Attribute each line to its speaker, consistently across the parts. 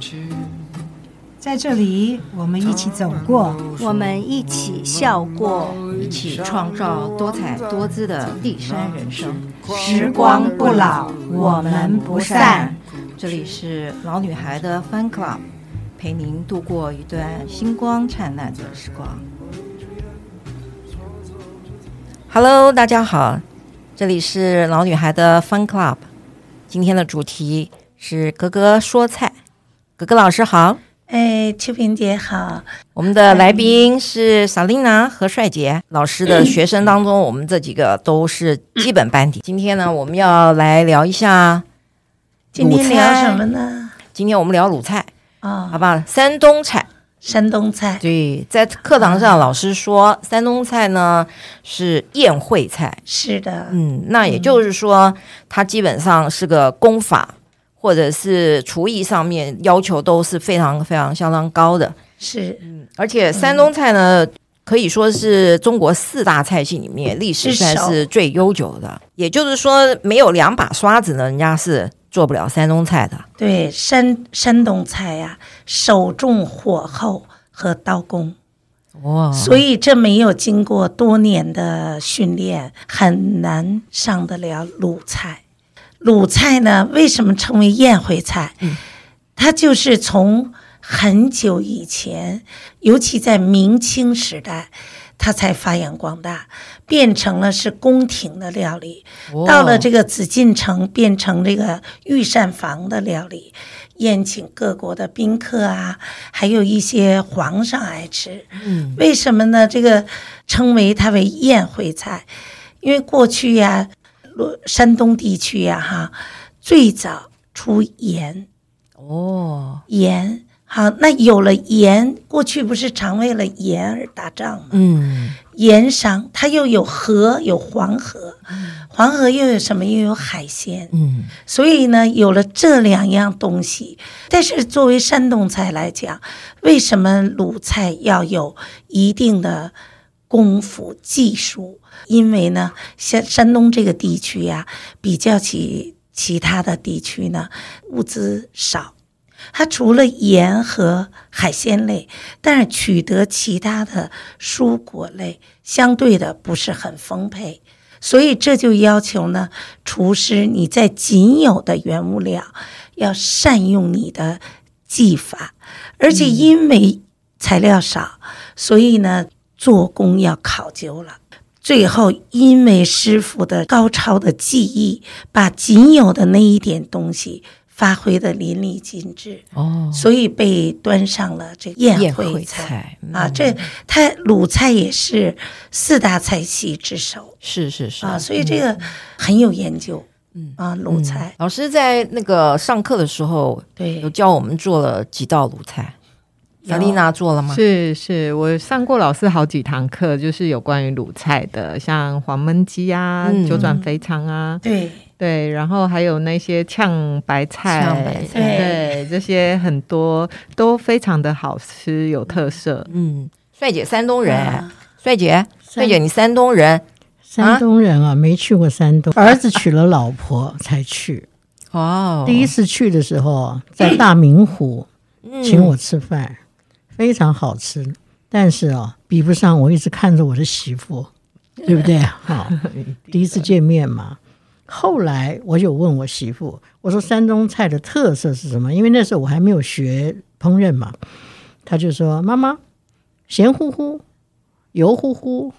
Speaker 1: 轻。
Speaker 2: 在这里，我们一起走过，
Speaker 3: 我们一起笑过，一起创造多彩多姿的第三人生。
Speaker 2: 时光不老，我们不散。
Speaker 3: 这里是老女孩的 Fun Club。陪您度过一段星光灿烂的时光。Hello，大家好，这里是老女孩的 Fun Club。今天的主题是格格说菜。格格老师好，
Speaker 4: 哎，秋萍姐好。
Speaker 3: 我们的来宾是萨琳娜和帅杰老师的学生当中，我们这几个都是基本班
Speaker 4: 嗯
Speaker 3: 底。今天呢，我们要来聊一下
Speaker 4: 今天聊什么呢？
Speaker 3: 今天我们聊鲁菜。
Speaker 4: 啊、哦，
Speaker 3: 好吧，山东菜，
Speaker 4: 山东菜，
Speaker 3: 对，在课堂上老师说，山东菜呢是宴会菜，
Speaker 4: 是的，
Speaker 3: 嗯，那也就是说，嗯、它基本上是个功法或者是厨艺上面要求都是非常非常相当高的，
Speaker 4: 是，
Speaker 3: 嗯，而且山东菜呢。嗯可以说是中国四大菜系里面历史算是最悠久的，也就是说，没有两把刷子呢，人家是做不了山东菜的。
Speaker 4: 对，山山东菜呀、啊，手重火候和刀工，
Speaker 3: 哇、哦，
Speaker 4: 所以这没有经过多年的训练，很难上得了鲁菜。鲁菜呢，为什么称为宴会菜？嗯、它就是从。很久以前，尤其在明清时代，它才发扬光大，变成了是宫廷的料理。哦、到了这个紫禁城，变成这个御膳房的料理，宴请各国的宾客啊，还有一些皇上爱吃。
Speaker 3: 嗯，
Speaker 4: 为什么呢？这个称为它为宴会菜，因为过去呀、啊，山东地区呀、啊，哈，最早出盐。
Speaker 3: 哦，
Speaker 4: 盐。好，那有了盐，过去不是常为了盐而打仗吗？
Speaker 3: 嗯，
Speaker 4: 盐商它又有河，有黄河，黄河又有什么？又有海鲜。
Speaker 3: 嗯，
Speaker 4: 所以呢，有了这两样东西。但是作为山东菜来讲，为什么鲁菜要有一定的功夫技术？因为呢，山山东这个地区呀、啊，比较起其他的地区呢，物资少。它除了盐和海鲜类，但是取得其他的蔬果类相对的不是很丰沛，所以这就要求呢，厨师你在仅有的原物料要善用你的技法，而且因为材料少，嗯、所以呢做工要考究了。最后，因为师傅的高超的技艺，把仅有的那一点东西。发挥的淋漓尽致
Speaker 3: 哦，
Speaker 4: 所以被端上了这
Speaker 3: 宴
Speaker 4: 会
Speaker 3: 菜、
Speaker 4: 嗯、啊。这它鲁菜也是四大菜系之首，
Speaker 3: 是是是嗯
Speaker 4: 啊，所以这个很有研究。嗯啊，鲁菜、嗯、
Speaker 3: 老师在那个上课的时候，
Speaker 4: 对，
Speaker 3: 有教我们做了几道鲁菜。小丽娜做了吗？
Speaker 5: 是是，我上过老师好几堂课，就是有关于鲁菜的，像黄焖鸡啊、嗯、九转肥肠啊，
Speaker 4: 对
Speaker 5: 对，然后还有那些炝白菜，
Speaker 3: 炝白菜
Speaker 5: 对这些很多都非常的好吃，有特色。
Speaker 3: 嗯，帅姐山东人，啊、帅姐帅姐你山东人，
Speaker 6: 山东人啊，啊没去过山东，儿子娶了老婆才去。
Speaker 3: 哦，
Speaker 6: 第一次去的时候啊在大明湖，
Speaker 3: 嗯、
Speaker 6: 请我吃饭。非常好吃，但是啊、哦，比不上我一直看着我的媳妇，对不对？好哦，第一次见面嘛。后来我就问我媳妇，我说山东菜的特色是什么？因为那时候我还没有学烹饪嘛。她就说：“妈妈，咸乎乎，油乎乎，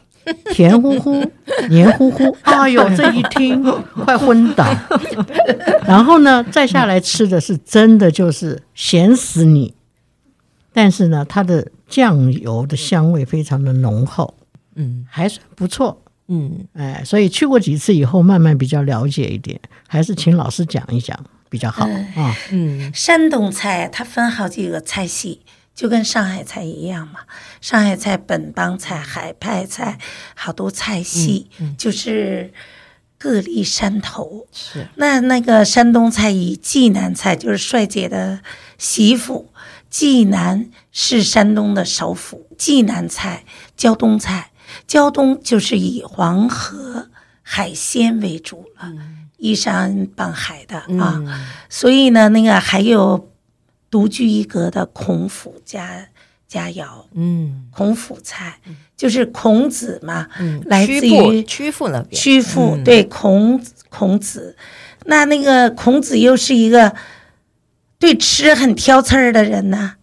Speaker 6: 甜乎乎，黏糊糊。”哎呦，这一听快昏倒。然后呢，再下来吃的是真的就是咸死你。但是呢，它的酱油的香味非常的浓厚，
Speaker 3: 嗯，
Speaker 6: 还算不错，
Speaker 3: 嗯，
Speaker 6: 哎，所以去过几次以后，慢慢比较了解一点，还是请老师讲一讲。比较好啊。
Speaker 3: 嗯，
Speaker 4: 山东菜它分好几个菜系，就跟上海菜一样嘛。上海菜、本帮菜、海派菜，好多菜系，
Speaker 3: 嗯
Speaker 4: 就是各立山头。
Speaker 3: 是
Speaker 4: 那那个山东菜以济南菜，就是帅姐的媳妇，济南是山东的首府。济南菜、胶东菜，胶东就是以黄河海鲜为主了，
Speaker 3: 嗯
Speaker 4: 依山傍海的啊。所以呢，那个还有独具一格的孔府佳佳肴，
Speaker 3: 嗯，
Speaker 4: 孔府菜就是孔子嘛，
Speaker 3: 嗯
Speaker 4: 来
Speaker 3: 曲
Speaker 4: 自
Speaker 3: 阜
Speaker 4: 于
Speaker 3: 曲阜那边，
Speaker 4: 曲阜，
Speaker 3: 嗯
Speaker 4: 对孔孔子。那那个孔子又是一个对吃很挑刺儿的人呐、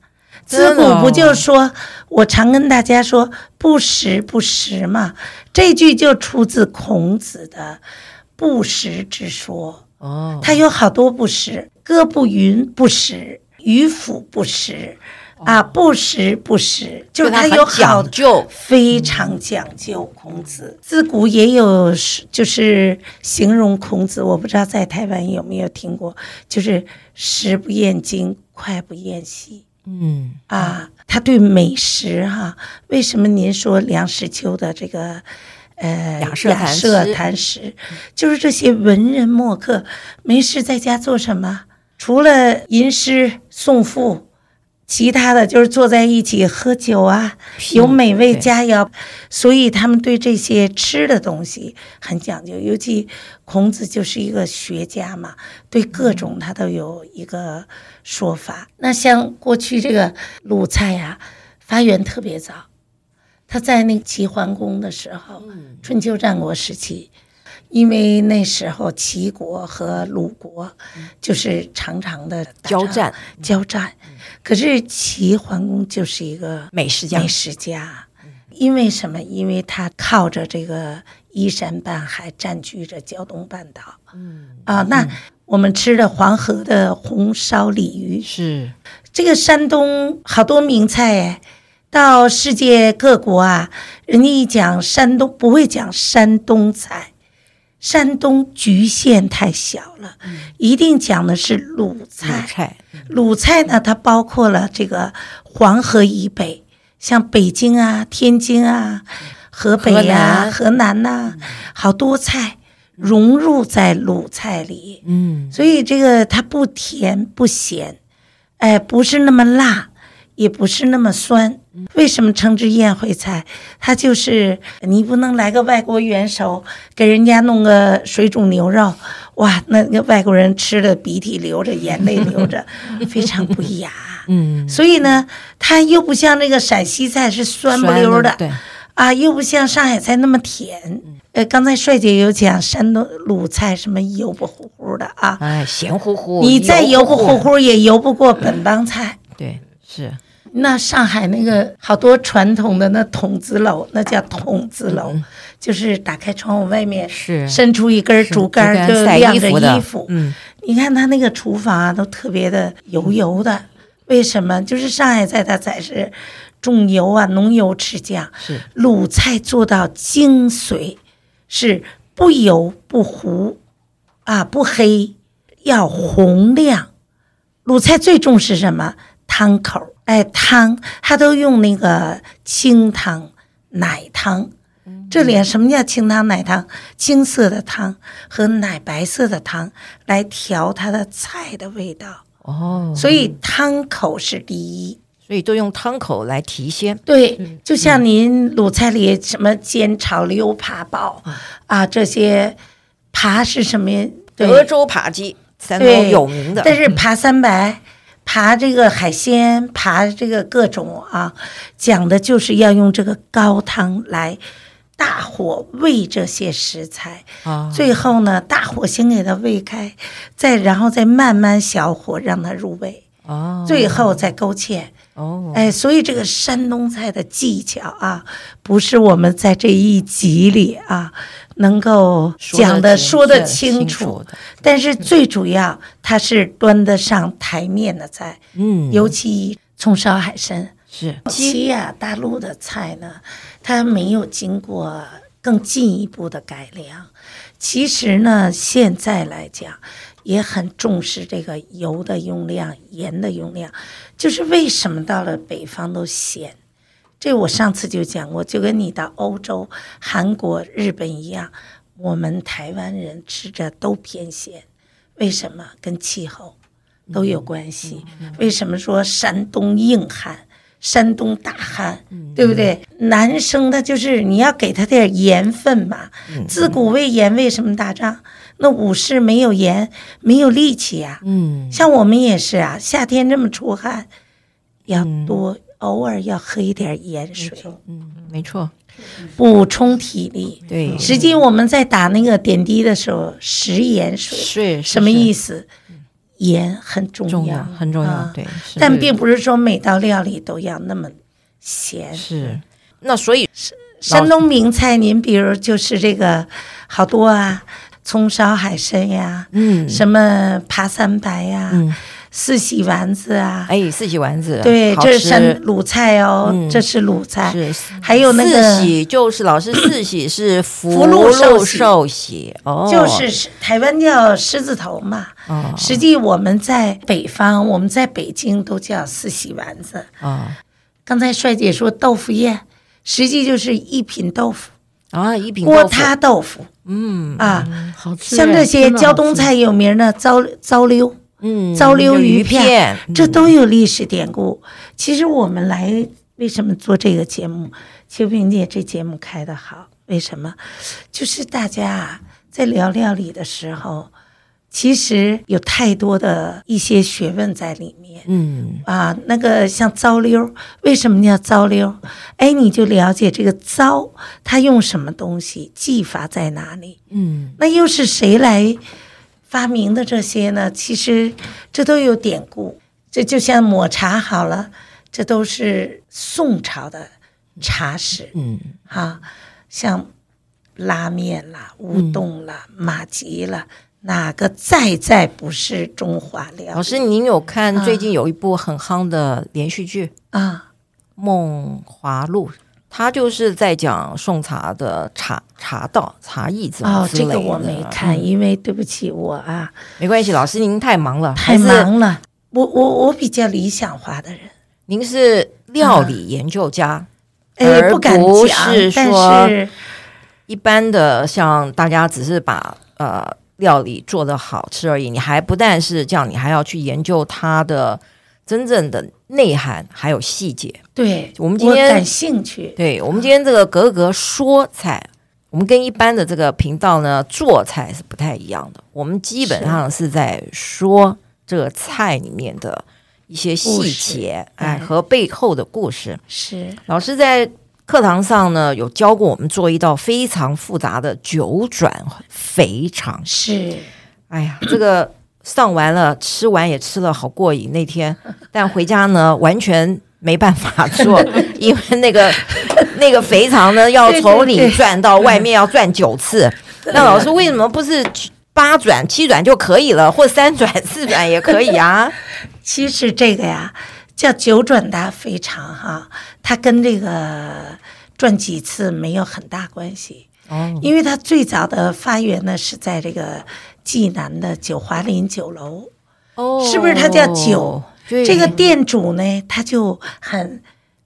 Speaker 4: 自
Speaker 3: 真的
Speaker 4: 古不
Speaker 3: 哦
Speaker 4: 就说，我常跟大家说“不食不食”嘛，这句就出自孔子的“不食之说”。
Speaker 3: 哦，
Speaker 4: 它有好多不食，歌不云不食，鱼腐不食，啊，不食不食，就是它
Speaker 3: 哦他
Speaker 4: 有好
Speaker 3: 讲究，
Speaker 4: 非常讲究孔子。自古也有是就是形容孔子，我不知道在台湾有没有听过，就是食不厌精，快不厌细
Speaker 3: 嗯，
Speaker 4: 啊。他对美食哈、为什么您说梁实秋的这个？呃，
Speaker 3: 雅舍
Speaker 4: 雅
Speaker 3: 谈
Speaker 4: 舍
Speaker 3: 诗
Speaker 4: 谈诗，就是这些文人墨客没事在家做什么？除了吟诗送赋，其他的就是坐在一起喝酒啊，有美味
Speaker 3: 对
Speaker 4: 佳肴，所以他们对这些吃的东西很讲究。尤其孔子就是一个学家嘛，对各种他都有一个说法。那像过去这个鲁菜啊呀、发源特别早，他在那个齐桓公的时候，
Speaker 3: 嗯
Speaker 4: 春秋战国时期。因为那时候齐国和鲁国就是常常的
Speaker 3: 嗯交战，嗯
Speaker 4: 交战。可是齐桓公就是一个
Speaker 3: 美食家
Speaker 4: 美，食家，
Speaker 3: 嗯
Speaker 4: 因为什么？因为他靠着这个依山傍海，占据着胶东半岛。嗯啊，那我们吃的黄河的红烧鲤鱼，
Speaker 3: 是
Speaker 4: 这个山东好多名菜哎，到世界各国啊，人家一讲山东不会讲山东菜，山东局限太小了，一定讲的是鲁菜。
Speaker 3: 嗯菜，
Speaker 4: 鲁菜呢，它包括了这个黄河以北，像北京啊、天津啊、河北呀、
Speaker 3: 河南嗯
Speaker 4: 河南呐、好多菜融入在鲁菜里，
Speaker 3: 嗯，
Speaker 4: 所以这个它不甜不咸，哎，不是那么辣，也不是那么酸。为什么称之宴会菜？它就是你不能来个外国元首给人家弄个水煮牛肉，哇，那个外国人吃的鼻涕流着，眼泪流 着，非常不雅。
Speaker 3: 嗯，
Speaker 4: 所以呢，它又不像那个陕西菜是酸不溜儿的，
Speaker 3: 酸对，嗯
Speaker 4: 啊，又不像上海菜那么甜。呃，刚才帅姐有讲山东鲁菜什么油不乎乎的啊，
Speaker 3: 哎，咸乎乎，
Speaker 4: 你再油不
Speaker 3: 乎
Speaker 4: 乎，乎也油不过本帮菜。
Speaker 3: 对，是，
Speaker 4: 那上海那个好多传统的那筒子楼，那叫筒子楼，就是打开窗户外面
Speaker 3: 嗯是
Speaker 4: 伸出一根竹竿儿
Speaker 3: 是
Speaker 4: 就
Speaker 3: 晒
Speaker 4: 晾着
Speaker 3: 衣服的
Speaker 4: 衣服。
Speaker 3: 嗯，
Speaker 4: 你看他那个厨房啊，都特别的油油的。为什么？就是上海菜它才是重油啊，浓油赤酱。
Speaker 3: 是
Speaker 4: 鲁菜做到精髓是不油不糊啊，不黑，要红亮。鲁菜最重视什么？汤口儿，哎，汤，它都用那个清汤、奶汤。这里啊什么叫清汤奶汤？青色的汤和奶白色的汤来调它的菜的味道，
Speaker 3: 哦，
Speaker 4: 所以汤口是第一。嗯
Speaker 3: 所以都用汤口来提鲜，
Speaker 4: 对，就像您鲁菜里什么煎炒溜扒煲啊，这些扒是什么？对
Speaker 3: 德州扒鸡，山
Speaker 4: 对
Speaker 3: 东有名的，
Speaker 4: 但 是爬三白，爬这个海鲜，爬这个各种啊，讲的就是要用这个高汤来大火煨这些食材，
Speaker 3: 啊，
Speaker 4: 最后呢，大火先给它煨开，再然后再慢慢小火让它入味，
Speaker 3: 哦
Speaker 4: 最后再勾芡。
Speaker 3: 哦，
Speaker 4: 哎，所以这个山东菜的技巧啊，不是我们在这一集里啊能够讲的说
Speaker 3: 得
Speaker 4: 得
Speaker 3: 清
Speaker 4: 清
Speaker 3: 清
Speaker 4: 楚，
Speaker 3: 的，
Speaker 4: 但是最主要它是端得上台面的菜，
Speaker 3: 嗯，
Speaker 4: 尤其葱烧海参。
Speaker 3: 是
Speaker 4: 早期呀、呃大陆的菜呢，它没有经过更进一步的改良。其实呢，现在来讲，也很重视这个油的用量、盐的用量。就是为什么到了北方都咸，这我上次就讲过，就跟你到欧洲、韩国、日本一样，我们台湾人吃着都偏咸，为什么？跟气候都有关系。为什么说山东硬汉？山东大汉，
Speaker 3: 嗯
Speaker 4: 对不对？男生他就是你要给他点盐分嘛。
Speaker 3: 嗯
Speaker 4: 自古为盐为什么打仗？那武士没有盐，没有力气啊。
Speaker 3: 嗯，
Speaker 4: 像我们也是啊，夏天这么出汗，要多偶尔要喝一点盐水，
Speaker 3: 嗯，没错，
Speaker 4: 补充体力。
Speaker 3: 对，
Speaker 4: 实际我们在打那个点滴的时候，食盐水
Speaker 3: 是
Speaker 4: 什么
Speaker 3: 思？
Speaker 4: 意思？盐很重
Speaker 3: 重要，
Speaker 4: 要，
Speaker 3: 很重要
Speaker 4: 啊，
Speaker 3: 对，是
Speaker 4: 但并不是说每道料理都要那么咸。
Speaker 3: 是。那所以
Speaker 4: 山东名菜，您比如就是这个好多啊，葱烧海参呀，
Speaker 3: 嗯
Speaker 4: 什么爬三白呀，
Speaker 3: 嗯，
Speaker 4: 四喜丸子啊，
Speaker 3: 哎，四喜丸子，
Speaker 4: 对，
Speaker 3: 好
Speaker 4: 这是
Speaker 3: 吃
Speaker 4: 山鲁菜哦，
Speaker 3: 嗯
Speaker 4: 这是鲁菜，
Speaker 3: 是
Speaker 4: 还有那
Speaker 3: 四
Speaker 4: 个
Speaker 3: 喜就是老师四喜是福
Speaker 4: 福禄寿喜
Speaker 3: 寿喜哦，
Speaker 4: 就是台湾叫狮子头嘛，
Speaker 3: 哦
Speaker 4: 实际我们在北方，我们在北京都叫四喜丸子。
Speaker 3: 哦
Speaker 4: 刚才帅姐说豆腐宴，实际就是一品豆腐、
Speaker 3: 啊一品
Speaker 4: 锅
Speaker 3: 豆腐
Speaker 4: 塌豆腐
Speaker 3: 嗯
Speaker 4: 啊。
Speaker 6: 好吃。欸
Speaker 4: 像这些
Speaker 6: 真的好
Speaker 4: 胶东
Speaker 6: 吃
Speaker 4: 菜有名的糟糟溜，
Speaker 3: 嗯
Speaker 4: 糟溜
Speaker 3: 鱼嗯
Speaker 4: 鱼片
Speaker 6: 嗯
Speaker 4: 这都有历史典故。其实我们来为什么做这个节目？秋萍姐这节目开得好，为什么？就是大家啊在聊料理的时候，其实有太多的一些学问在里面。
Speaker 3: 嗯
Speaker 4: 啊，那个像糟溜，为什么叫糟溜？哎，你就了解这个糟，它用什么东西，技法在哪里？
Speaker 3: 嗯
Speaker 4: 那又是谁来发明的这些呢？其实这都有典故，这就像抹茶好了，这都是宋朝的茶史
Speaker 3: 嗯
Speaker 4: 啊，像拉面啦、乌冬啦、
Speaker 3: 嗯
Speaker 4: 马吉啦，哪个再再不是中华料理？
Speaker 3: 老师您有看
Speaker 4: 啊
Speaker 3: 最近有一部很夯的连续剧《
Speaker 4: 啊，
Speaker 3: 梦华录》，它就是在讲宋茶的茶茶道茶艺怎么
Speaker 4: 哦，
Speaker 3: 之
Speaker 4: 这个
Speaker 3: 类
Speaker 4: 我
Speaker 3: 的嗯
Speaker 4: 没看，因为对不起我啊，
Speaker 3: 没关系，老师您太忙了，
Speaker 4: 太
Speaker 3: 还是
Speaker 4: 忙了。我我我比较理想化的人，
Speaker 3: 您是料理
Speaker 4: 嗯
Speaker 3: 研究家，
Speaker 4: 哎，
Speaker 3: 而
Speaker 4: 不敢
Speaker 3: 不
Speaker 4: 讲
Speaker 3: 是，
Speaker 4: 但
Speaker 3: 说
Speaker 4: 是
Speaker 3: 一般的像大家只是把呃料理做得好吃而已，你还不但是这样，你还要去研究它的真正的内涵还有细节。
Speaker 4: 对
Speaker 3: 我们今天
Speaker 4: 感兴趣，
Speaker 3: 对我们今天这个格格说菜，我们跟一般的这个频道呢做菜是不太一样的，我们基本上是在说这个菜里面的一些
Speaker 4: 故
Speaker 3: 细
Speaker 4: 事
Speaker 3: 节，
Speaker 4: 哎
Speaker 3: 哎，和背后的故事。
Speaker 4: 是
Speaker 3: 老师在课堂上呢，有教过我们做一道非常复杂的九转肥肠。
Speaker 4: 是
Speaker 3: 哎呀，这个上完了，吃完也吃了，好过瘾那 天。但回家呢，完全没办法 做，因为那个那个肥肠呢，要从
Speaker 4: 对
Speaker 3: 里
Speaker 4: 对对
Speaker 3: 转到外面要转九次。那老师为什么不是八转、七转就可以了，或三转、四转也可以啊？
Speaker 4: 其实这个呀叫九转达肥肠哈，它跟这个转几次没有很大关系，
Speaker 3: 哦，
Speaker 4: 因为它最早的发源呢是在这个济南的九华林酒楼，是不是它叫九？
Speaker 3: 哦对
Speaker 4: 这个店主呢他就很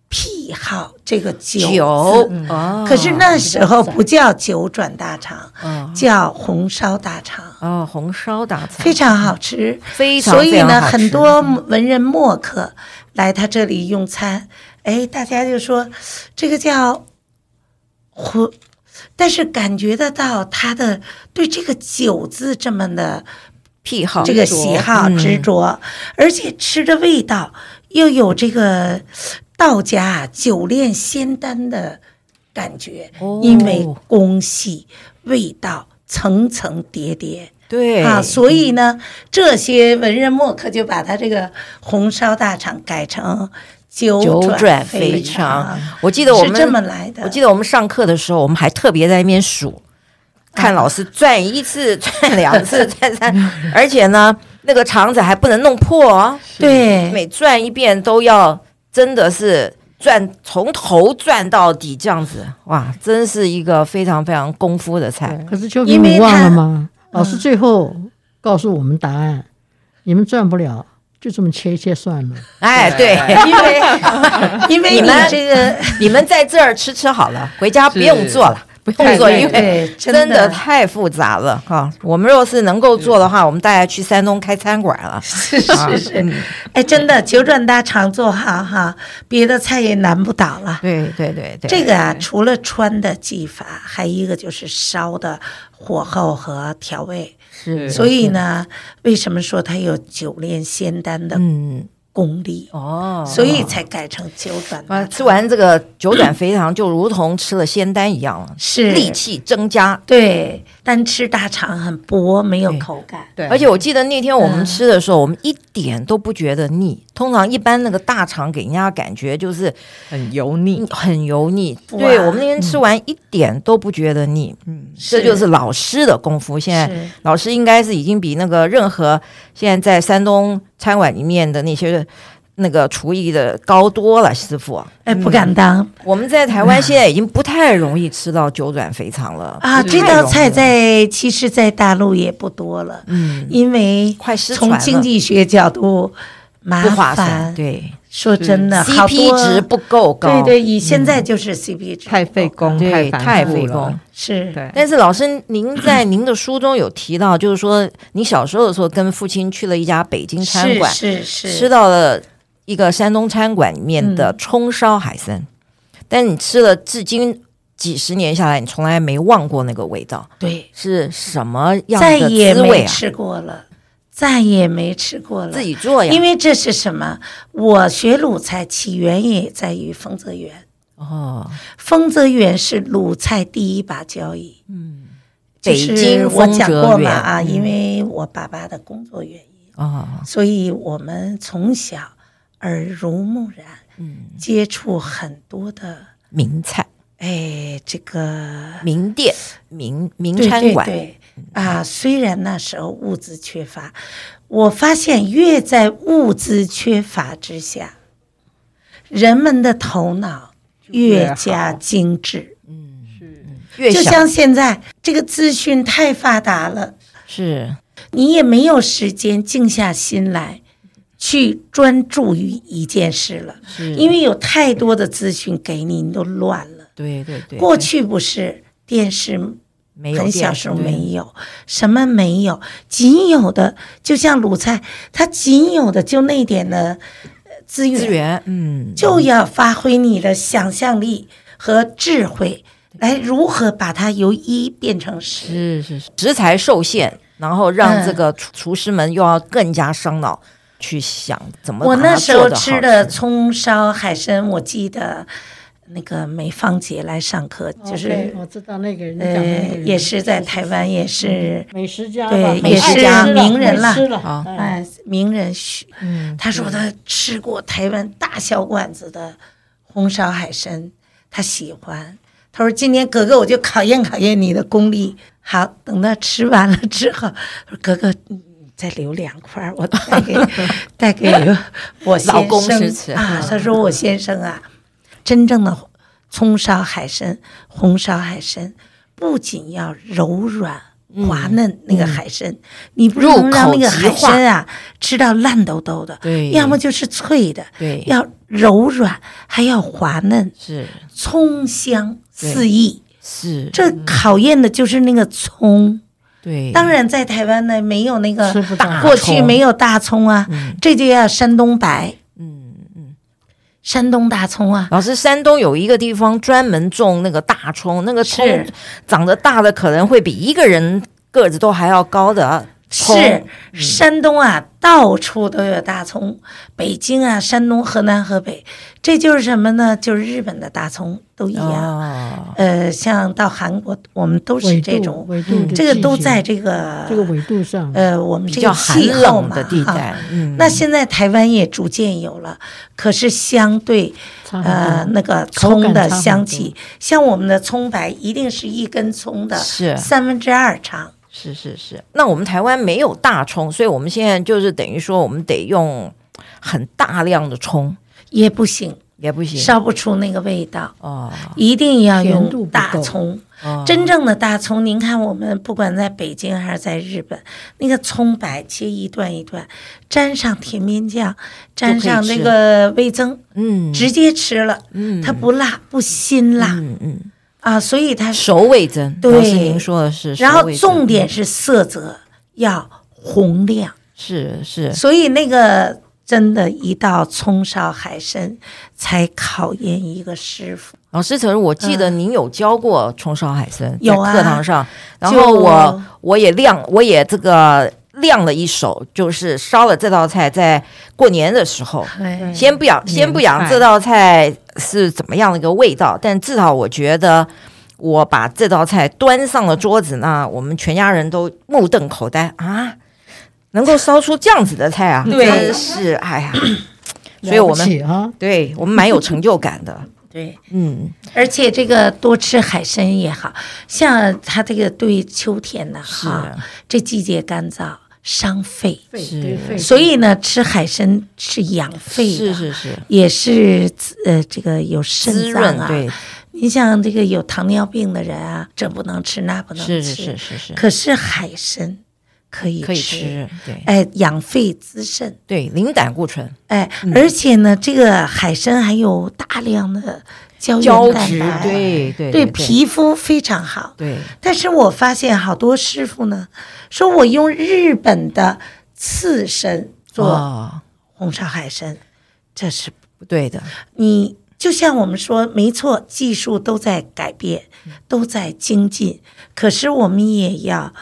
Speaker 4: 癖好这个酒
Speaker 3: 九
Speaker 4: 字。
Speaker 3: 哦
Speaker 4: 可是那时候不叫九转大肠，
Speaker 3: 哦
Speaker 4: 叫红烧大肠，
Speaker 3: 哦，红烧大肠
Speaker 4: 非常好吃。
Speaker 3: 非常，
Speaker 4: 所以
Speaker 3: 非
Speaker 4: 呢，
Speaker 3: 常好吃
Speaker 4: 很多文人墨客来他这里用餐，哎，大家就说这个叫荤，但是感觉得到他的对这个酒字这么的
Speaker 3: 癖好，
Speaker 4: 这个喜好
Speaker 3: 嗯
Speaker 4: 执着，而且吃的味道又有这个道家啊酒炼仙丹的感觉，
Speaker 3: 哦
Speaker 4: 因为工细味道层层叠叠。
Speaker 3: 对
Speaker 4: 啊，所以呢，这些文人墨客就把他这个红烧大肠改成九
Speaker 3: 九转
Speaker 4: 肥
Speaker 3: 肥肠。我记得我
Speaker 4: 是这么
Speaker 3: 们，
Speaker 4: 来的。
Speaker 3: 我记得我们上课的时候，我们还特别在那边数，
Speaker 4: 啊
Speaker 3: 看老师转一次、转两次、转三，而且呢，那个肠子还不能弄破哦，
Speaker 4: 对
Speaker 3: 每转一遍都要真的是。转从头转到底这样子，哇，真是一个非常非常功夫的菜。
Speaker 6: 可是秋萍，
Speaker 4: 因为嗯
Speaker 6: 你忘
Speaker 4: 它
Speaker 6: 了吗？老师最后告诉我们答案，你们赚不了，就这么切一切算了。
Speaker 3: 哎，对，因为
Speaker 4: 因为
Speaker 3: 你
Speaker 4: 你
Speaker 3: 们
Speaker 4: 这个
Speaker 3: 你们在这儿吃吃好了，回家不用做了，不用
Speaker 5: 太
Speaker 3: 做，
Speaker 5: 累
Speaker 3: 因为
Speaker 4: 对
Speaker 3: 真
Speaker 4: 真的
Speaker 3: 太复杂了哈、我们若是能够做的话，我们大家去山东开餐馆
Speaker 4: 嗯
Speaker 3: 了。啊
Speaker 4: 是是是，哎，真的九转大肠做好哈，别的菜也难不倒了。
Speaker 3: 嗯对对对对，
Speaker 4: 这个啊，除了穿的技法，还一个就是烧的火候和调味。
Speaker 3: 是
Speaker 4: 所以呢，为什么说它有九炼仙丹的
Speaker 3: 嗯
Speaker 4: 功力？
Speaker 3: 哦，
Speaker 4: 所以才改成九转大
Speaker 3: 啊，
Speaker 4: 肠。
Speaker 3: 吃完这个九转肥肠，就如同吃了仙丹一样了，
Speaker 4: 是
Speaker 3: 力气增加。
Speaker 4: 对，单吃大肠很薄，没有口感。
Speaker 5: 对，
Speaker 3: 而且我记得那天我们
Speaker 4: 嗯
Speaker 3: 吃的时候，我们一点都不觉得腻。通常一般那个大肠给人家感觉就是
Speaker 5: 很油腻，
Speaker 3: 很油腻，
Speaker 4: 哇
Speaker 3: 对我们那天
Speaker 4: 嗯
Speaker 3: 吃完一点都不觉得腻。嗯，这就是老师的功夫。现在
Speaker 4: 是
Speaker 3: 老师应该是已经比那个任何现在在山东餐馆里面的那些那个厨艺的高多了，师傅。
Speaker 4: 哎，不敢当
Speaker 3: 我们在台湾现在已经不太容易吃到九转肥肠了
Speaker 4: 啊！
Speaker 3: 不
Speaker 4: 这
Speaker 3: 太
Speaker 4: 道
Speaker 3: 容易
Speaker 4: 菜
Speaker 3: 了
Speaker 4: 在其实，在大陆也不多了，
Speaker 3: 嗯
Speaker 4: 因为
Speaker 3: 快失
Speaker 4: 从
Speaker 3: 传了，
Speaker 4: 经济学角度麻
Speaker 3: 不划算，
Speaker 4: 烦。
Speaker 3: 对
Speaker 4: 说真的，好多
Speaker 3: ，CP 值不够高，
Speaker 4: 对对，以现在就是 CP 值
Speaker 5: 太费工，
Speaker 3: 对
Speaker 5: 繁
Speaker 3: 太
Speaker 5: 复
Speaker 3: 费
Speaker 5: 了
Speaker 3: 工。
Speaker 4: 是
Speaker 5: 对，
Speaker 3: 但是老师，您 在您的书中有提到，就是说你小时候的时候跟父亲去了一家北京餐馆，
Speaker 4: 是是
Speaker 3: 吃
Speaker 4: 是，
Speaker 3: 到了一个山东餐馆里面的
Speaker 4: 嗯
Speaker 3: 葱烧海参，但你吃了至今几十年下来，你从来没忘过那个味道，
Speaker 4: 对，
Speaker 3: 是什么样
Speaker 4: 再
Speaker 3: 的
Speaker 4: 也
Speaker 3: 滋味
Speaker 4: 没
Speaker 3: 啊？
Speaker 4: 吃过了，再也没吃过了。
Speaker 3: 自己做呀，
Speaker 4: 因为这是什么？我学鲁菜起源也在于丰泽园，
Speaker 3: 哦，
Speaker 4: 丰泽园是鲁菜第一把交椅。嗯，
Speaker 3: 北京
Speaker 4: 我
Speaker 3: 丰
Speaker 4: 讲
Speaker 3: 泽
Speaker 4: 过嘛
Speaker 3: 园
Speaker 4: 啊，
Speaker 3: 嗯
Speaker 4: 因为我爸爸的工作原因，
Speaker 3: 哦，
Speaker 4: 所以我们从小耳濡目染，嗯，接触很多的。
Speaker 3: 名菜、
Speaker 4: 哎，这个
Speaker 3: 名店、名名
Speaker 4: 对
Speaker 3: 餐
Speaker 4: 对
Speaker 3: 馆，
Speaker 4: 对啊，虽然那时候物资缺乏，我发现越在物资缺乏之下，人们的头脑越加精致。
Speaker 3: 越
Speaker 4: 就
Speaker 3: 想
Speaker 4: 像现在这个资讯太发达了，
Speaker 3: 是
Speaker 4: 你也没有时间静下心来去专注于一件事了，
Speaker 3: 是，
Speaker 4: 因为有太多的资讯给你，你都乱了。
Speaker 3: 对对对，
Speaker 4: 过
Speaker 3: 对
Speaker 4: 去不是电视
Speaker 3: 没有
Speaker 4: 很
Speaker 3: 电
Speaker 4: 小
Speaker 3: 视
Speaker 4: 时候
Speaker 3: 对
Speaker 4: 没有，什么没有，仅有的就像鲁菜，它仅有的就那点的呃资源，
Speaker 3: 资源，嗯，
Speaker 4: 就要发挥你的想象力和智慧，来如何把它由一变成十。
Speaker 3: 是是是，食材受限，然后让这
Speaker 4: 嗯
Speaker 3: 个厨厨师们又要更加伤脑去想怎么
Speaker 4: 我
Speaker 3: 把
Speaker 4: 那
Speaker 3: 它
Speaker 4: 时
Speaker 3: 做
Speaker 4: 候
Speaker 3: 得好
Speaker 4: 吃的葱烧海参，我记得那个梅芳姐来上课， 就是
Speaker 6: 我哦知道那个嗯人讲的
Speaker 4: 呃
Speaker 6: 那个，人
Speaker 4: 也是在台湾，也是
Speaker 6: 美食家吧，
Speaker 4: 对
Speaker 6: 很
Speaker 3: 也是
Speaker 6: 爱吃了
Speaker 4: 名人
Speaker 6: 会
Speaker 4: 了
Speaker 6: 吃了
Speaker 3: 啊
Speaker 6: 哎，
Speaker 4: 哎，名人许，
Speaker 5: 嗯
Speaker 4: 他说他吃过台湾大小馆子的红烧海参，他喜欢。他说今天格格我就考验考验你的功力。好，等他吃完了之后，说格格你再留两块儿，我带 给带给我先生
Speaker 3: 老公吃吃
Speaker 4: 啊。他说我先生啊，真正的葱烧海参、红烧海参，不仅要柔软滑嫩那个海参，你不
Speaker 3: 嗯入
Speaker 4: 能让
Speaker 3: 口
Speaker 4: 那个
Speaker 3: 即
Speaker 4: 海
Speaker 3: 化
Speaker 4: 参啊吃到烂豆豆的，
Speaker 3: 对
Speaker 4: 要么就是脆的，
Speaker 3: 对
Speaker 4: 要柔软，还要滑嫩，
Speaker 3: 是
Speaker 4: 葱香四溢。
Speaker 3: 是，
Speaker 4: 这考验的就是那个葱。
Speaker 3: 对，
Speaker 4: 当然，在台湾呢，没有那个
Speaker 6: 吃不到
Speaker 4: 大过去
Speaker 3: 葱
Speaker 4: 没有大葱啊，这就要山东白，
Speaker 3: 嗯。
Speaker 4: 山东大葱啊。
Speaker 3: 老师，山东有一个地方专门种那个大葱，那个葱
Speaker 4: 是
Speaker 3: 长得大的可能会比一个人个子都还要高的葱。
Speaker 4: 是山东啊，到处都有大葱，北京啊，山东、河南、河北，这就是什么呢？就是日本的大葱都一样。
Speaker 3: 哦，
Speaker 4: 呃，像到韩国，我们都是
Speaker 6: 纬
Speaker 4: 这
Speaker 6: 度
Speaker 4: 种，
Speaker 6: 纬度的
Speaker 4: 这个都
Speaker 6: 季节
Speaker 4: 在这个
Speaker 6: 这个纬度上，
Speaker 4: 呃，我们
Speaker 3: 比
Speaker 4: 这
Speaker 3: 较
Speaker 4: 个
Speaker 3: 寒
Speaker 4: 气候
Speaker 3: 冷
Speaker 4: 嘛
Speaker 3: 的地
Speaker 4: 哈
Speaker 3: 带，嗯，
Speaker 4: 那现在台湾也逐渐有了，可是相对
Speaker 6: 差很多
Speaker 4: 呃那个
Speaker 6: 口
Speaker 4: 葱
Speaker 6: 感
Speaker 4: 的
Speaker 6: 差很
Speaker 4: 香
Speaker 6: 多
Speaker 4: 气，像我们的葱白一定是一根葱的
Speaker 3: 是
Speaker 4: 三分之二长。
Speaker 3: 是是是，那我们台湾没有大葱，所以我们现在就是等于说，我们得用很大量的葱
Speaker 4: 也不行，
Speaker 3: 也不行
Speaker 4: 烧不出那个味道，
Speaker 3: 哦
Speaker 4: 一定要
Speaker 6: 甜度
Speaker 4: 用
Speaker 6: 不
Speaker 4: 大
Speaker 6: 够
Speaker 4: 葱。
Speaker 3: 哦，
Speaker 4: 真正的大葱，您看我们不管在北京还是在日本，那个葱白切一段一段，沾上甜面酱，沾上那个味增，
Speaker 3: 嗯
Speaker 4: 直接吃了，
Speaker 3: 嗯
Speaker 4: 它不辣不辛辣、
Speaker 3: 嗯嗯
Speaker 4: 啊，所以它是。
Speaker 3: 熟味增，
Speaker 4: 对
Speaker 3: 当时您说的是熟味
Speaker 4: 然
Speaker 3: 增，
Speaker 4: 后重点是色泽要红亮，
Speaker 3: 是是
Speaker 4: 所以那个真的，一道葱烧海参才考验一个师傅。
Speaker 3: 老师，可是我记得您有教过冲烧海参，
Speaker 4: 有啊
Speaker 3: 在课堂上，然
Speaker 4: 就
Speaker 3: 后我我也亮，我也这个亮了一手，就是烧了这道菜，在过年的时候，
Speaker 4: 对
Speaker 3: 先不讲，
Speaker 5: 年
Speaker 3: 先不讲
Speaker 5: 菜
Speaker 3: 这道菜是怎么样的一个味道，但至少我觉得。我把这道菜端上了桌子，那我们全家人都目瞪口呆啊！能够烧出这样子的菜啊，
Speaker 4: 对
Speaker 3: 真是哎 呀！所以我们
Speaker 6: 啊，
Speaker 3: 对我们蛮有成就感 的，
Speaker 4: 对，
Speaker 3: 嗯，
Speaker 4: 而且这个多吃海参也好像它这个对秋天呢，
Speaker 3: 是
Speaker 4: 哈，这季节干燥伤肺，
Speaker 3: 是
Speaker 4: 所以呢，吃海参是养肺的，
Speaker 3: 是是是，
Speaker 4: 也是呃这个有
Speaker 3: 滋
Speaker 4: 肾脏
Speaker 3: 润
Speaker 4: 啊。
Speaker 3: 对，
Speaker 4: 你像这个有糖尿病的人啊，这不能吃那不能吃，
Speaker 3: 是是是是是，
Speaker 4: 可是海参可以
Speaker 3: 可以吃，对
Speaker 4: 哎，养肺滋肾，
Speaker 3: 对，零胆固醇
Speaker 4: 哎，
Speaker 3: 嗯
Speaker 4: 而且呢，这个海参还有大量的胶
Speaker 3: 胶
Speaker 4: 原蛋
Speaker 3: 质
Speaker 4: 白，，
Speaker 3: 对对
Speaker 4: 对皮肤非常好。
Speaker 3: 对
Speaker 4: 但是我发现好多师傅呢，说我用日本的刺身做
Speaker 3: 哦
Speaker 4: 红烧海参，这是
Speaker 3: 不对的，
Speaker 4: 你就像我们说，没错，技术都在改变，都在精进，可是我们也要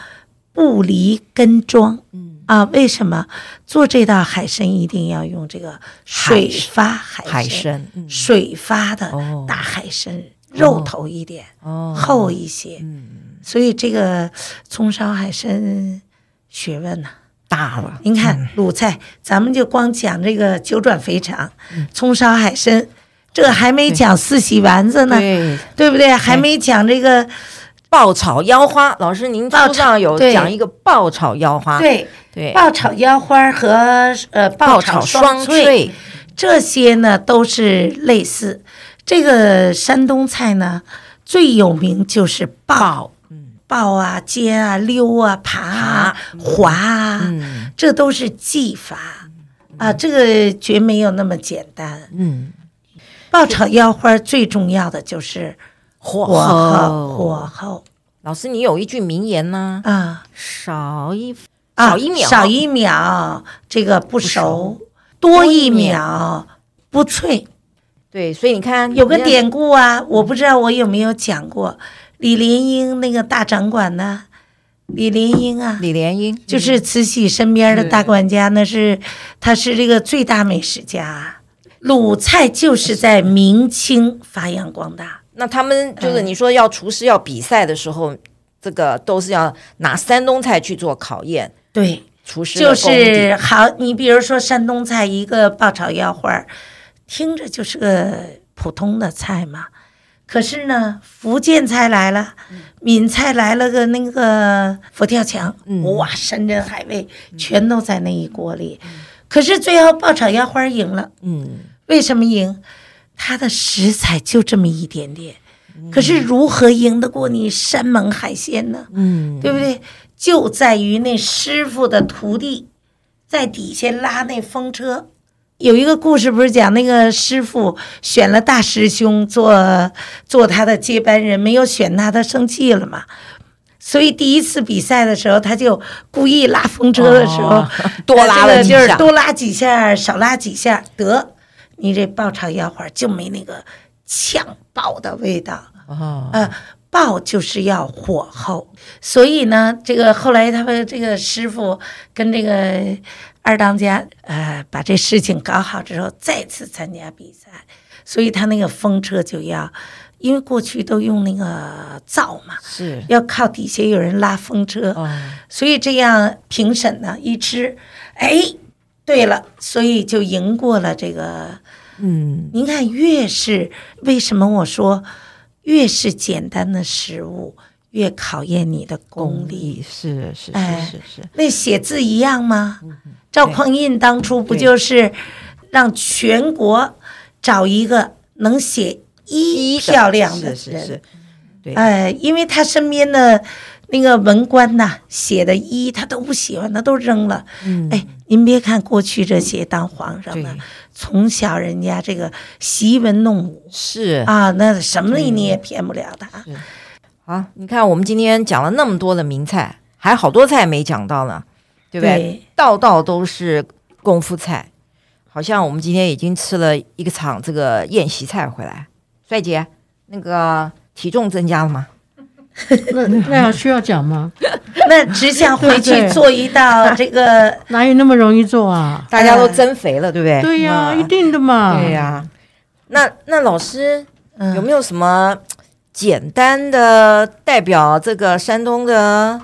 Speaker 4: 不离根庄。嗯啊，为什么做这道海参一定要用这个水发海参？
Speaker 3: 海参嗯
Speaker 4: 水发的
Speaker 3: 哦
Speaker 4: 大海参，肉头一点，
Speaker 3: 哦
Speaker 4: 厚一些。
Speaker 3: 嗯
Speaker 4: 所以这个葱烧海参学问呢、
Speaker 3: 大了，嗯
Speaker 4: 您看鲁菜，咱们就光讲这个九转肥肠、
Speaker 3: 嗯
Speaker 4: 葱烧海参，这还没讲四喜丸子呢，
Speaker 3: 对，
Speaker 4: 对不对？还没讲这个
Speaker 3: 爆炒腰花，老师您
Speaker 4: 爆炒
Speaker 3: 书上有
Speaker 4: 对
Speaker 3: 讲一个爆炒腰花，
Speaker 4: 对
Speaker 3: 对，
Speaker 4: 爆炒腰花和呃
Speaker 3: 爆
Speaker 4: 爆
Speaker 3: 炒
Speaker 4: 炒
Speaker 3: 双
Speaker 4: 双
Speaker 3: 脆，
Speaker 4: 这些呢都是类似。这个山东菜呢，最有名就是爆，爆啊、煎啊、溜啊、扒啊、滑啊，
Speaker 3: 嗯
Speaker 4: 这都是技法啊，这个绝没有那么简单。
Speaker 3: 嗯，
Speaker 4: 爆炒腰花最重要的就是
Speaker 3: 火
Speaker 4: 火候，火候
Speaker 3: 老师，你有一句名言呢，
Speaker 4: 啊
Speaker 3: 少一
Speaker 4: 啊，
Speaker 3: 少一秒，
Speaker 4: 少一秒，这个不熟；多一秒不脆。
Speaker 3: 对，所以你看
Speaker 4: 有个
Speaker 3: 人家
Speaker 4: 典故啊，我不知道我有没有讲过，李莲英那个大掌管呢，李莲英啊。
Speaker 3: 李莲英
Speaker 4: 就是慈禧身边的大管家，那是他是这个最大美食家啊。鲁菜就是在明清发扬光大，
Speaker 3: 那他们就是
Speaker 4: 嗯
Speaker 3: 你说要厨师要比赛的时候，这个都是要拿山东菜去做考验，
Speaker 4: 对，
Speaker 3: 厨师
Speaker 4: 就
Speaker 3: 的功底
Speaker 4: 是好，你比如说山东菜一个爆炒腰花儿，听着就是个普通的菜嘛。可是呢，福建菜来了，
Speaker 3: 嗯
Speaker 4: 闽菜来了个那个佛跳墙，
Speaker 3: 嗯
Speaker 4: 哇，山珍海味全都在那一锅里。可是最后爆炒腰花儿赢了，
Speaker 3: 嗯，
Speaker 4: 为什么赢？它的食材就这么一点点，
Speaker 3: 嗯
Speaker 4: 可是如何赢得过你山盟海鲜呢？
Speaker 3: 嗯，
Speaker 4: 对不对？就在于那师傅的徒弟在底下拉那风车。有一个故事不是讲那个师傅选了大师兄做做他的接班人，没有选他，他生气了嘛。所以第一次比赛的时候，他就故意拉风车的时候，
Speaker 3: 哦多拉了
Speaker 4: 这个
Speaker 3: 几
Speaker 4: 就是
Speaker 3: 下
Speaker 4: 多拉几下，少拉几下，得你这爆炒腰花就没那个呛爆的味道。
Speaker 3: 哦，
Speaker 4: 呃，爆就是要火候，所以呢，这个后来他们这个师傅跟这个二当家，呃，把这事情搞好之后，再次参加比赛，所以他那个风车就要，因为过去都用那个灶嘛，
Speaker 3: 是
Speaker 4: 要靠底下有人拉风车，
Speaker 3: 哦，
Speaker 4: 所以这样评审呢一吃，哎，对了，所以就赢过了这个
Speaker 3: 嗯，
Speaker 4: 您看，越是为什么我说越是简单的食物，越考验你的功
Speaker 3: 功
Speaker 4: 力。
Speaker 3: 力是是是
Speaker 4: 哎
Speaker 3: 是是，
Speaker 4: 那写字一
Speaker 3: 嗯
Speaker 4: 样吗？赵匡胤当初不就是让全国找一个能写一
Speaker 3: 一的
Speaker 4: 漂亮的
Speaker 3: 是
Speaker 4: 人。
Speaker 3: 是是，对
Speaker 4: 哎，因为他身边的那个文官呐、写的一他都不喜欢，他都扔了。
Speaker 3: 嗯，
Speaker 4: 哎，您别看过去这些当皇上
Speaker 3: 对
Speaker 4: 的，从小人家这个习文弄武
Speaker 3: 是
Speaker 4: 啊，那什么你也骗不了他。啊
Speaker 3: 好，你看我们今天讲了那么多的名菜，还好多菜没讲到呢，对不对？
Speaker 4: 对
Speaker 3: 道道都是功夫菜，好像我们今天已经吃了一个场这个宴席菜回来。帅姐，那个体重增加了吗？
Speaker 6: 那那要需要讲吗？
Speaker 4: 那只想回
Speaker 6: 对
Speaker 4: 去
Speaker 6: 对
Speaker 4: 做一道这 个
Speaker 6: 哪有那么容易做啊？
Speaker 3: 大家都增肥了，对
Speaker 4: 哎
Speaker 3: 不对？
Speaker 6: 对呀、
Speaker 3: 嗯
Speaker 6: 一定的嘛。
Speaker 3: 对呀、那那老师
Speaker 4: 嗯
Speaker 3: 有没有什么简单的代表这个山东的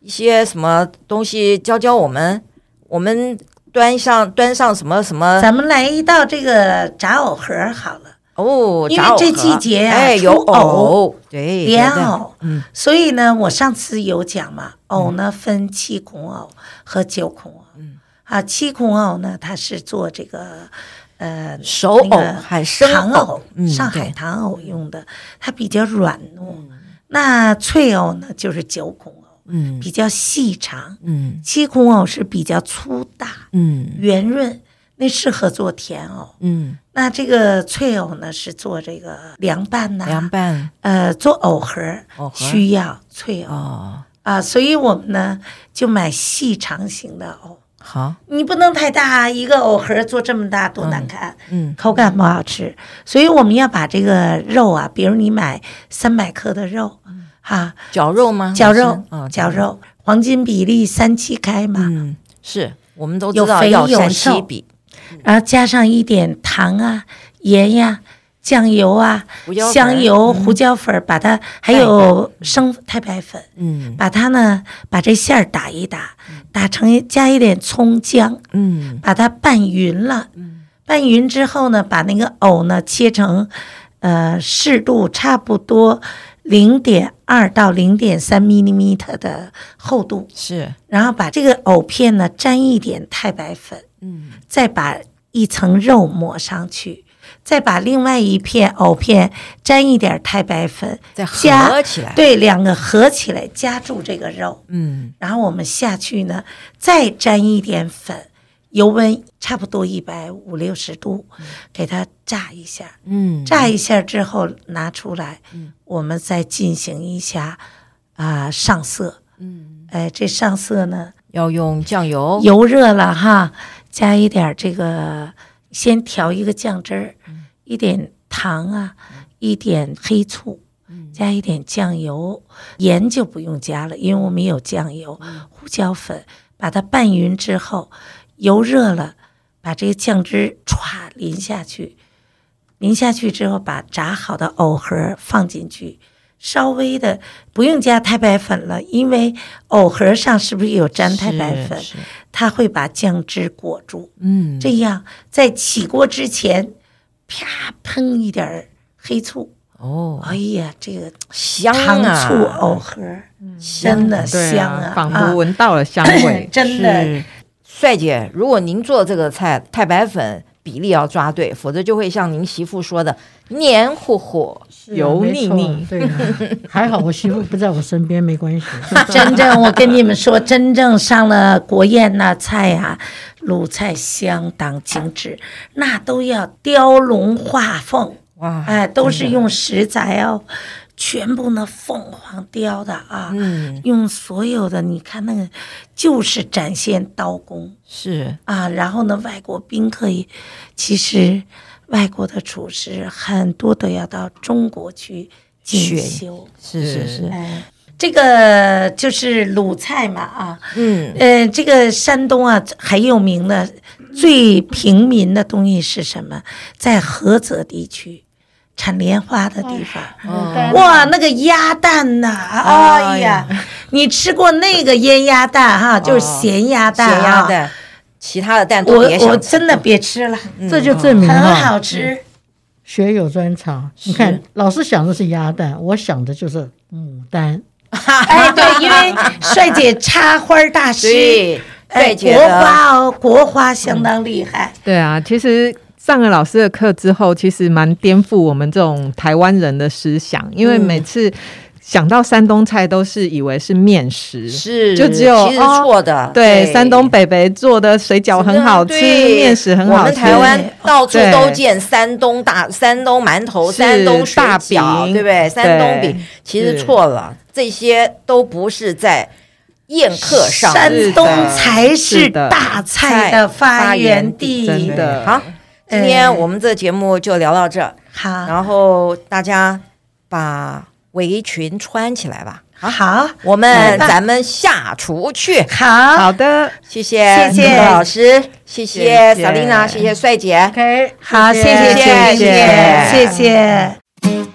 Speaker 3: 一些什么东西教教我们？我们端上端上什么什么
Speaker 4: 咱们来一道这个炸藕盒儿好了，
Speaker 3: 哦？
Speaker 4: 因为
Speaker 3: 炸藕
Speaker 4: 这
Speaker 3: 盒
Speaker 4: 季节呀
Speaker 3: 哎，
Speaker 4: 出
Speaker 3: 有
Speaker 4: 藕
Speaker 3: 藕，对，
Speaker 4: 莲
Speaker 3: 对的，
Speaker 4: 藕。
Speaker 3: 嗯，
Speaker 4: 所以呢，我上次有讲嘛，藕呢分七孔藕和九孔藕。
Speaker 3: 嗯
Speaker 4: 啊，七孔藕呢，它是做这个呃
Speaker 3: 熟藕
Speaker 4: 那个
Speaker 3: 还生
Speaker 4: 糖
Speaker 3: 藕
Speaker 4: 藕，，
Speaker 3: 嗯，
Speaker 4: 上海
Speaker 3: 对
Speaker 4: 糖藕用的，它比较软糯。那脆藕呢，就是九孔藕，
Speaker 3: 嗯
Speaker 4: 比较细长；
Speaker 3: 嗯
Speaker 4: 七孔藕是比较粗大
Speaker 3: 嗯
Speaker 4: 圆润，那适合做甜藕。
Speaker 3: 嗯，
Speaker 4: 那这个脆藕呢，是做这个凉拌呐、
Speaker 3: 凉拌
Speaker 4: 呃，做藕盒儿
Speaker 3: 藕盒
Speaker 4: 需要脆藕
Speaker 3: 哦，
Speaker 4: 啊，所以我们呢就买细长型的藕，
Speaker 3: 好，
Speaker 4: 你不能太大，啊一个藕盒儿做这么大多难看，
Speaker 3: 嗯
Speaker 4: 口感不好吃。所以我们要把这个肉啊，比如你买三百克的肉，啊，
Speaker 3: 绞肉吗？
Speaker 4: 绞
Speaker 3: 老
Speaker 4: 肉
Speaker 3: 师嗯哦，
Speaker 4: 绞肉，黄金比例三七开嘛，
Speaker 3: 嗯，是我们都知
Speaker 4: 有
Speaker 3: 道
Speaker 4: 肥
Speaker 3: 要
Speaker 4: 有
Speaker 3: 三七
Speaker 4: 瘦
Speaker 3: 比，
Speaker 4: 然后加上一点糖啊、盐呀、酱油啊
Speaker 3: 胡椒、粉嗯
Speaker 4: 香油、胡椒粉儿，把它还有生太白粉，
Speaker 3: 嗯
Speaker 4: 把它呢把这馅儿打一打，打成加一点葱姜，
Speaker 3: 嗯
Speaker 4: 把它拌匀了。拌匀之后呢，把那个藕呢切成，呃，适度差不多零点二到零点三 m m 的厚度，
Speaker 3: 是，
Speaker 4: 然后把这个藕片呢沾一点太白粉，
Speaker 3: 嗯
Speaker 4: 再把一层肉抹上去，再把另外一片藕片沾一点太白粉，
Speaker 3: 再合
Speaker 4: 加
Speaker 3: 起来，，
Speaker 4: 对两个合起来夹住这个肉。
Speaker 3: 嗯
Speaker 4: 然后我们下去呢，再沾一点粉，油温差不多一百五六十度，给它炸一下。
Speaker 3: 嗯，
Speaker 4: 炸一下之后拿出来，我们再进行一下啊、上色。
Speaker 3: 嗯，
Speaker 4: 哎，这上色呢，
Speaker 3: 要用酱油，
Speaker 4: 油热了哈，加一点这个，先调一个酱汁儿，一点糖啊，一点黑醋。
Speaker 3: 嗯
Speaker 4: 加一点酱油，盐就不用加了，因为我们有酱油、胡椒粉，把它拌匀之后，油热了，把这个酱汁歘淋下去，淋下去之后，把炸好的藕盒放进去，稍微的不用加太白粉了，因为藕盒上是不是有沾太白
Speaker 3: 是
Speaker 4: 粉？
Speaker 3: 是
Speaker 4: 它会把酱汁裹住。
Speaker 3: 嗯，
Speaker 4: 这样在起锅之前，啪喷一点儿黑醋，
Speaker 3: 哦，
Speaker 4: 哎呀，这个
Speaker 3: 香
Speaker 4: 糖
Speaker 3: 啊，
Speaker 4: 醋藕盒儿真的
Speaker 5: 嗯对
Speaker 4: 香
Speaker 5: 啊，仿佛
Speaker 4: 啊！。
Speaker 5: 闻到了香味
Speaker 4: 真的，
Speaker 3: 是。帅姐，如果您做这个菜，太白粉比例要抓对，否则就会像您媳妇说的黏糊糊。
Speaker 6: 是啊
Speaker 5: 油腻腻
Speaker 6: 没错对啊、还好我媳妇不在我身边，没关系。
Speaker 4: 真正我跟你们说，真正上了国宴那菜啊，鲁菜相当精致，那都要雕龙画凤，
Speaker 3: 哇，
Speaker 4: 哎，都是用食材哦，全部那凤凰雕的啊，
Speaker 3: 嗯，
Speaker 4: 用所有的你看那个，就是展现刀工。
Speaker 3: 是
Speaker 4: 啊，然后呢，外国宾客也，其实外国的厨师很多都要到中国去进
Speaker 3: 学
Speaker 4: 修。
Speaker 3: 是是是，
Speaker 4: 哎，这个就是鲁菜嘛啊，
Speaker 3: 嗯，
Speaker 4: 呃，这个山东啊很有名的最平民的东西是什么？在菏泽地区产莲花的地方。
Speaker 3: 哦
Speaker 4: 哇，那个鸭蛋呐、哎呀，你吃过那个腌鸭蛋哈、就是
Speaker 3: 哦
Speaker 4: 咸鸭
Speaker 3: 咸
Speaker 4: 蛋啊，
Speaker 3: 鸭蛋，其他的蛋都别
Speaker 4: 我
Speaker 3: 想
Speaker 4: 我
Speaker 3: 吃
Speaker 4: 真的别吃了，
Speaker 3: 嗯
Speaker 6: 这就证明
Speaker 4: 很
Speaker 6: 哈，
Speaker 4: 好吃。
Speaker 6: 学有专长。你看，老师想的是鸭蛋，我想的就是牡丹。
Speaker 4: 哎，对，因为帅姐插花大师，
Speaker 3: 对，
Speaker 4: 哎，
Speaker 3: 帅姐
Speaker 4: 国
Speaker 3: 的
Speaker 4: 花哦，国花相当厉害。
Speaker 5: 对啊，其实上了老师的课之后，其实蛮颠覆我们这种台湾人的思想，
Speaker 3: 嗯
Speaker 5: 因为每次想到山东菜都是以为是面食，
Speaker 3: 是啊
Speaker 5: 就只有哦
Speaker 3: 其实是错的，
Speaker 5: 对，山东北北做的水饺很好吃，
Speaker 3: 啊对
Speaker 5: 面食很好吃，
Speaker 3: 我们台湾到处
Speaker 5: 对
Speaker 3: 都见山东大、山东馒头、
Speaker 5: 是
Speaker 3: 山东水
Speaker 5: 大
Speaker 3: 饺，
Speaker 5: 饼
Speaker 3: 对不对？山东饼
Speaker 5: 对
Speaker 3: 其实
Speaker 5: 是
Speaker 3: 错了，这些都不是在宴客上
Speaker 4: 山
Speaker 3: 面
Speaker 4: 东
Speaker 3: 的
Speaker 4: 才
Speaker 5: 是
Speaker 4: 是
Speaker 5: 的
Speaker 4: 大菜的发源地。
Speaker 5: 真的
Speaker 3: 好，
Speaker 5: 哎
Speaker 3: 今天我们这节目就聊到这，
Speaker 5: 啊
Speaker 4: 好，
Speaker 3: 然后大家把围裙穿起来吧。
Speaker 4: 好，好，
Speaker 3: 我
Speaker 4: 来
Speaker 3: 们
Speaker 4: 吧
Speaker 3: 咱们下厨去，
Speaker 4: 好
Speaker 5: 好的，
Speaker 3: 谢谢
Speaker 4: 谢谢
Speaker 3: 陆老师，谢谢
Speaker 5: 谢谢
Speaker 3: Salina，谢谢帅姐，
Speaker 6: OK，
Speaker 4: 好，谢
Speaker 6: 谢
Speaker 4: 谢
Speaker 3: 谢
Speaker 4: 谢
Speaker 3: 谢
Speaker 4: 谢谢。